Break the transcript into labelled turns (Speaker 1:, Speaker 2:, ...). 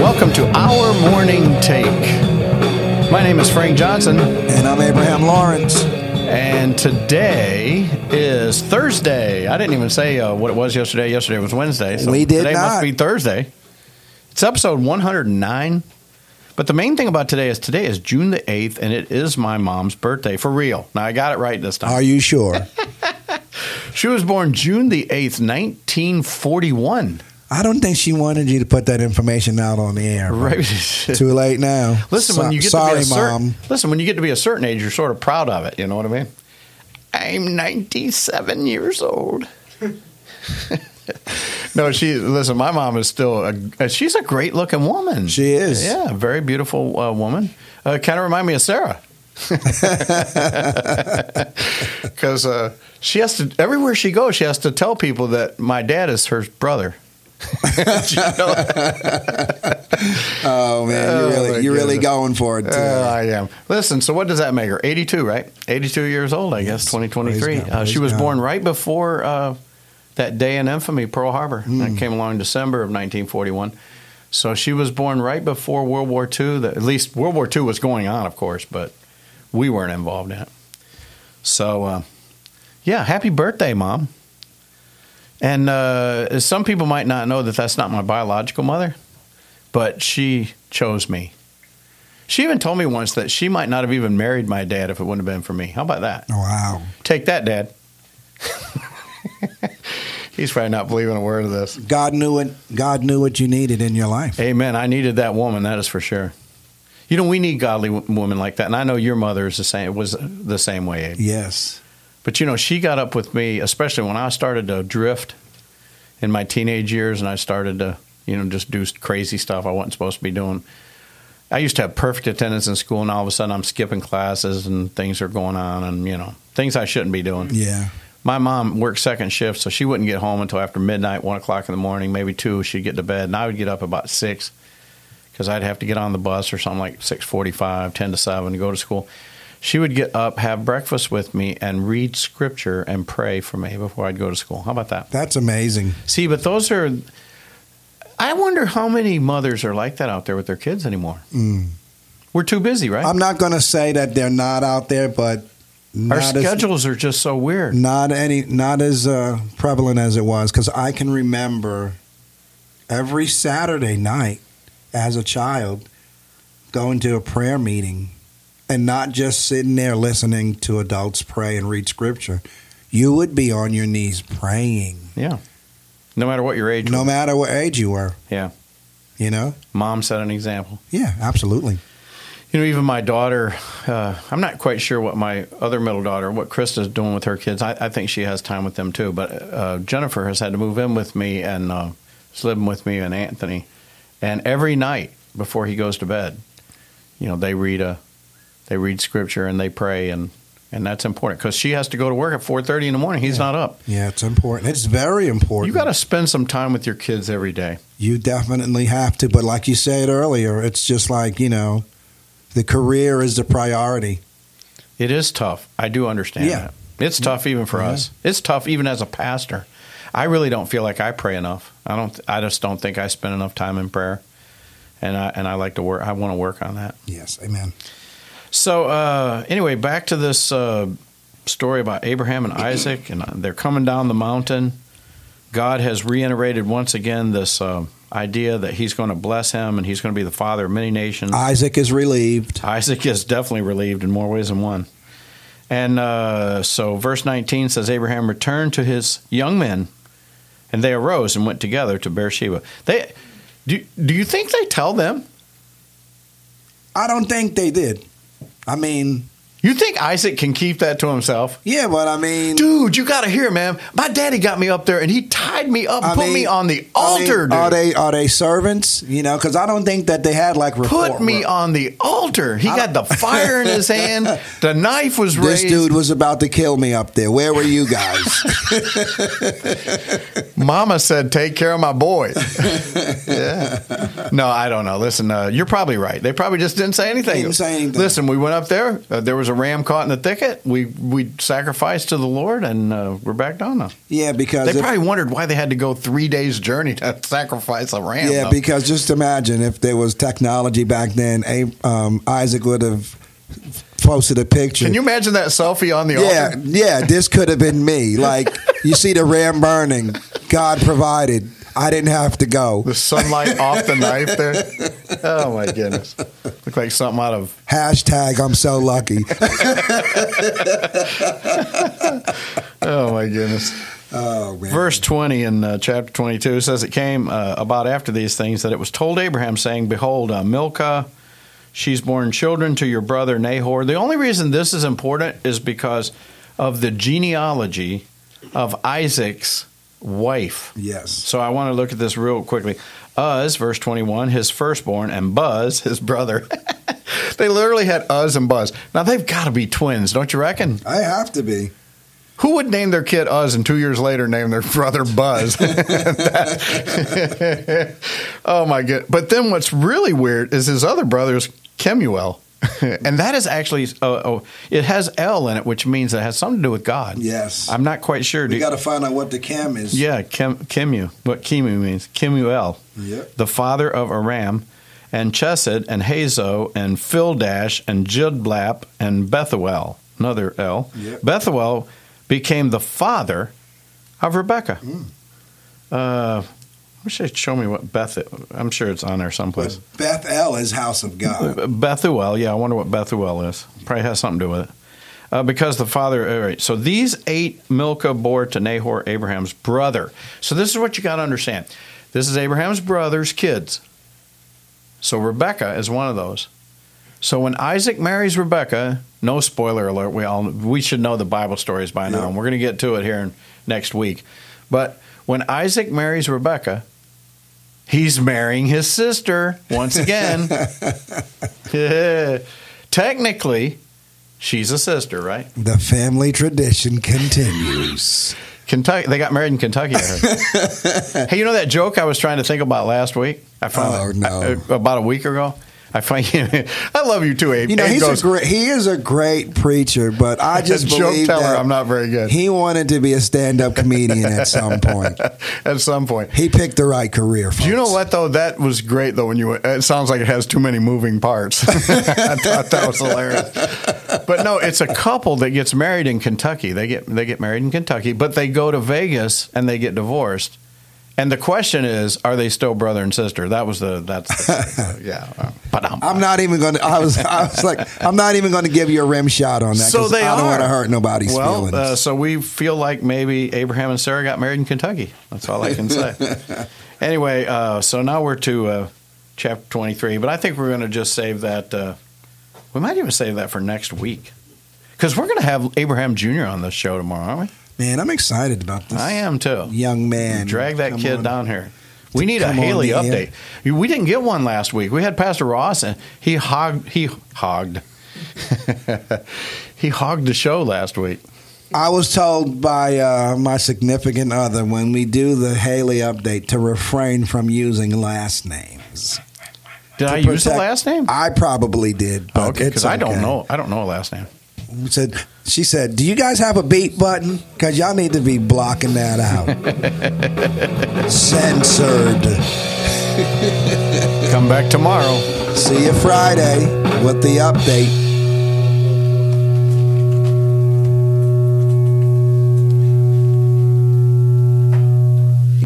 Speaker 1: welcome to our morning take. My name is Frank Johnson,
Speaker 2: And I'm Abraham Lawrence.
Speaker 1: and today is Thursday. I didn't even say uh, what it was yesterday. Yesterday was Wednesday. So
Speaker 2: We did
Speaker 1: today must
Speaker 2: not.
Speaker 1: be Thursday. It's episode 109. But the main thing about today is today is June the 8th, and it is my mom's birthday for real. Now, I got it right this time.
Speaker 2: Are you sure?
Speaker 1: She was born June the 8th, 1941.
Speaker 2: I don't think she wanted you to put that information out on the air.
Speaker 1: Right.
Speaker 2: Too late now.
Speaker 1: Listen,
Speaker 2: So-
Speaker 1: when you get
Speaker 2: sorry,
Speaker 1: to be a certain,
Speaker 2: mom.
Speaker 1: listen, when you get to be a certain age, you're sort of proud of it. You know what I mean? I'm 97 years old. no, she listen. My mom is still a. uh, She's a great looking woman.
Speaker 2: She is.
Speaker 1: Yeah, very beautiful uh, woman. Uh, kind of remind me of Sarah. Because uh, she has to everywhere she goes, she has to tell people that my dad is her brother. You know? Oh,
Speaker 2: Oh man, you're
Speaker 1: my
Speaker 2: really you're really
Speaker 1: goodness.
Speaker 2: going for it.
Speaker 1: Uh,
Speaker 2: today.
Speaker 1: I am. Listen, so what does that make her? 82, right? 82 years old, I guess,
Speaker 2: Yes.
Speaker 1: 2023.
Speaker 2: Praise God,
Speaker 1: Uh, she
Speaker 2: praise
Speaker 1: was
Speaker 2: God.
Speaker 1: born right before uh, that day in infamy, Pearl Harbor.
Speaker 2: Hmm.
Speaker 1: That came along in December of 1941. So she was born right before World War II. The, at least World War II was going on, of course, but we weren't involved in it. So, uh, yeah, happy birthday, Mom. And uh, some people might not know that that's not my biological mother, but she chose me. She even told me once that she might not have even married my dad if it wouldn't have been for me. How about that?
Speaker 2: wow.
Speaker 1: Take that, Dad. He's probably not believing a word of this.
Speaker 2: God knew it. God knew what you needed in your life.
Speaker 1: Amen. I needed that woman. That is for sure. You know, we need godly w- women like that, and I know your mother is the same. Was the same way. Abe.
Speaker 2: Yes.
Speaker 1: But you know, she got up with me, especially when I started to drift in my teenage years, and I started to, you know, just do crazy stuff I wasn't supposed to be doing. I used to have perfect attendance in school, and all of a sudden, I'm skipping classes, and things are going on, and you know, things I shouldn't be doing.
Speaker 2: Yeah.
Speaker 1: My mom worked second shift, so she wouldn't get home until after midnight, one o'clock in the morning, maybe two. She'd get to bed, and I would get up about six because I'd have to get on the bus or something like 6.45, 10 to 7 to go to school. She would get up, have breakfast with me, and read scripture and pray for me before I'd go to school. How about that?
Speaker 2: That's amazing.
Speaker 1: See, but those are. I wonder how many mothers are like that out there with their kids anymore.
Speaker 2: Mm.
Speaker 1: We're too busy, right?
Speaker 2: I'm not going to say that they're not out there, but
Speaker 1: Our
Speaker 2: not as
Speaker 1: schedules are just so weird.
Speaker 2: not any not as uh, prevalent as it was because I can remember every Saturday night as a child going to a prayer meeting and not just sitting there listening to adults pray and read scripture. You would be on your knees praying,
Speaker 1: Yeah. No matter what your age,
Speaker 2: no matter what age you were.
Speaker 1: Yeah.
Speaker 2: you know,
Speaker 1: mom set an example.
Speaker 2: yeah, absolutely.
Speaker 1: You know, even my daughter, uh, I'm not quite sure what my other middle daughter, what Krista's doing with her kids. I, I think she has time with them too. But uh, Jennifer has had to move in with me and uh, is living with me and Anthony. And every night before he goes to bed, you know, they read a, they read scripture and they pray and and that's important because she has to go to work at 4:30 in the morning. He's not up.
Speaker 2: Yeah, it's important. It's very important.
Speaker 1: You got to spend some time with your kids every day.
Speaker 2: You definitely have to, but like you said earlier, it's just like you know, the career is the priority.
Speaker 1: It is tough. I do understand
Speaker 2: Yeah.
Speaker 1: that. It's tough even for
Speaker 2: Yeah.
Speaker 1: us. It's tough even as a pastor. I really don't feel like I pray enough. I don't I just don't think I spend enough time in prayer. And I and I like to work I want to work on that.
Speaker 2: Yes, amen.
Speaker 1: So uh anyway, back to this uh story about Abraham and Isaac and uh, they're coming down the mountain. God has reiterated once again this uh, idea that he's going to bless him and he's going to be the father of many nations.
Speaker 2: Isaac is relieved.
Speaker 1: Isaac is definitely relieved in more ways than one. And uh, so, verse 19 says Abraham returned to his young men, and they arose and went together to Beersheba. They, do, do you think they tell them?
Speaker 2: I don't think they did. I mean,
Speaker 1: You think Isaac can keep that to himself?
Speaker 2: yeah, but I mean,
Speaker 1: Dude, you got to hear, man. My daddy got me up there, and he tied me up,
Speaker 2: I
Speaker 1: put
Speaker 2: mean-
Speaker 1: me on the
Speaker 2: I mean,
Speaker 1: altar, dude.
Speaker 2: Are they are they servants? You know, because I don't think that they had like report.
Speaker 1: Put me on the altar. He got the fire in his hand. The knife was
Speaker 2: This
Speaker 1: raised.
Speaker 2: dude was about to kill me up there. Where were you guys?
Speaker 1: Mama said, "Take care of my boy." yeah. No, I don't know. Listen, uh, you're probably right. They probably just didn't say anything.
Speaker 2: Didn't say anything.
Speaker 1: Listen, we went up there. Uh, there was a ram caught in the thicket. We we sacrificed to the Lord, and uh, we're back down now.
Speaker 2: Yeah, because
Speaker 1: They
Speaker 2: if-
Speaker 1: probably wondered why they had to go three days journey to sacrifice a ram.
Speaker 2: yeah,
Speaker 1: though.
Speaker 2: because just imagine if there was technology back then, Ab- um, Isaac would have posted a picture.
Speaker 1: can you imagine that selfie on the
Speaker 2: yeah,
Speaker 1: altar?
Speaker 2: yeah, this could have been me. Like you see the ram burning, God provided. I didn't have to go.
Speaker 1: The sunlight off the knife there. Oh my goodness! Looked like something out of
Speaker 2: Hashtag I'm so lucky.
Speaker 1: oh my goodness.
Speaker 2: oh man.
Speaker 1: Verse 20 in uh, chapter 22 says, It came uh, about after these things that it was told Abraham, saying, Behold, uh, Milcah, she's borne children to your brother Nahor. The only reason this is important is because of the genealogy of Isaac's wife.
Speaker 2: yes.
Speaker 1: So I want to look at this real quickly. Uz, verse 21, his firstborn, and Buzz, his brother. they literally had Uz and Buzz. Now they've got to be twins, don't you reckon?
Speaker 2: I have to be.
Speaker 1: Who would name their kid Uz and two years later name their brother Buzz? oh my god! But then what's really weird is his other brother is Kemuel, and that is actually oh, oh it has L in it, which means it has something to do with God.
Speaker 2: Yes.
Speaker 1: I'm not quite sure.
Speaker 2: we
Speaker 1: Do-
Speaker 2: got to find out what the cam is.
Speaker 1: yeah, Kem, Kemu, what Kemu means, Kemuel,
Speaker 2: Yep.
Speaker 1: the father of Aram, and Chesed, and Hazo, and Phildash, and Jidblap, and Bethuel, another L.
Speaker 2: Yep.
Speaker 1: Bethuel became the father of Rebecca. Uh, I wish they'd show me what Beth. I'm sure it's on there someplace.
Speaker 2: But Beth El is house of God.
Speaker 1: Bethuel, yeah, I wonder what Bethuel is. Probably has something to do with it. Uh, because the father, all right, so these eight Milcah bore to Nahor, Abraham's brother. So this is what you got to understand. This is Abraham's brother's kids. So Rebecca is one of those. So when Isaac marries Rebecca, no spoiler alert, we all we should know the Bible stories by now,
Speaker 2: Yeah.
Speaker 1: and we're going to get to it here in, next week. But when Isaac marries Rebecca, he's marrying his sister once again. Technically, she's a sister, right?
Speaker 2: The family tradition continues.
Speaker 1: Kentucky. They got married in Kentucky. I heard. hey, you know that joke I was trying to think about last week? I
Speaker 2: Oh,
Speaker 1: found
Speaker 2: no.
Speaker 1: I- uh, about a week ago. I find I love you too, Abe.
Speaker 2: You know,
Speaker 1: Abe
Speaker 2: he's
Speaker 1: goes,
Speaker 2: a great, he is a great preacher, but I just
Speaker 1: joke
Speaker 2: believe
Speaker 1: teller,
Speaker 2: that
Speaker 1: I'm not very good.
Speaker 2: He wanted to be a stand-up comedian at some point.
Speaker 1: at some point.
Speaker 2: He picked the right career. Folks.
Speaker 1: Do you know what though? That was great though. When you went, it sounds like it has too many moving parts. I thought that was hilarious. But no, it's a couple that gets married in Kentucky. They get they get married in Kentucky, but they go to Vegas and they get divorced. And the question is, are they still brother and sister? That was the that's the, yeah. Ba-dum.
Speaker 2: I'm not even going to. I was. I was like, I'm not even going to give you a rim shot on that. 'cause I don't want to hurt nobody's
Speaker 1: well,
Speaker 2: feelings.
Speaker 1: uh, so we feel like maybe Abraham and Sarah got married in Kentucky. That's all I can say. anyway, uh, so now we're to uh, chapter 23, but I think we're going to just save that. Uh, we might even save that for next week. Because we're going to have Abraham Jr. on the show tomorrow, aren't
Speaker 2: Man, I'm excited about this.
Speaker 1: we? I am too.
Speaker 2: young man.
Speaker 1: Drag that
Speaker 2: Come
Speaker 1: kid
Speaker 2: on.
Speaker 1: down here. We need a
Speaker 2: Come on,
Speaker 1: Haley
Speaker 2: man.
Speaker 1: update. We didn't get one last week. We had Pastor Ross, and he hogged. He hogged. he hogged the show last week.
Speaker 2: I was told by uh, my significant other when we do the Haley update to refrain from using last names.
Speaker 1: Did I
Speaker 2: To
Speaker 1: use the
Speaker 2: protect-
Speaker 1: last name?
Speaker 2: I probably did. But
Speaker 1: Okay,
Speaker 2: it's
Speaker 1: because I don't
Speaker 2: okay.
Speaker 1: know. I don't know a last name.
Speaker 2: said she said, "Do you guys have a beat button? Cause y'all need to be blocking that out." Censored.
Speaker 1: Come back tomorrow.
Speaker 2: See you Friday with the update.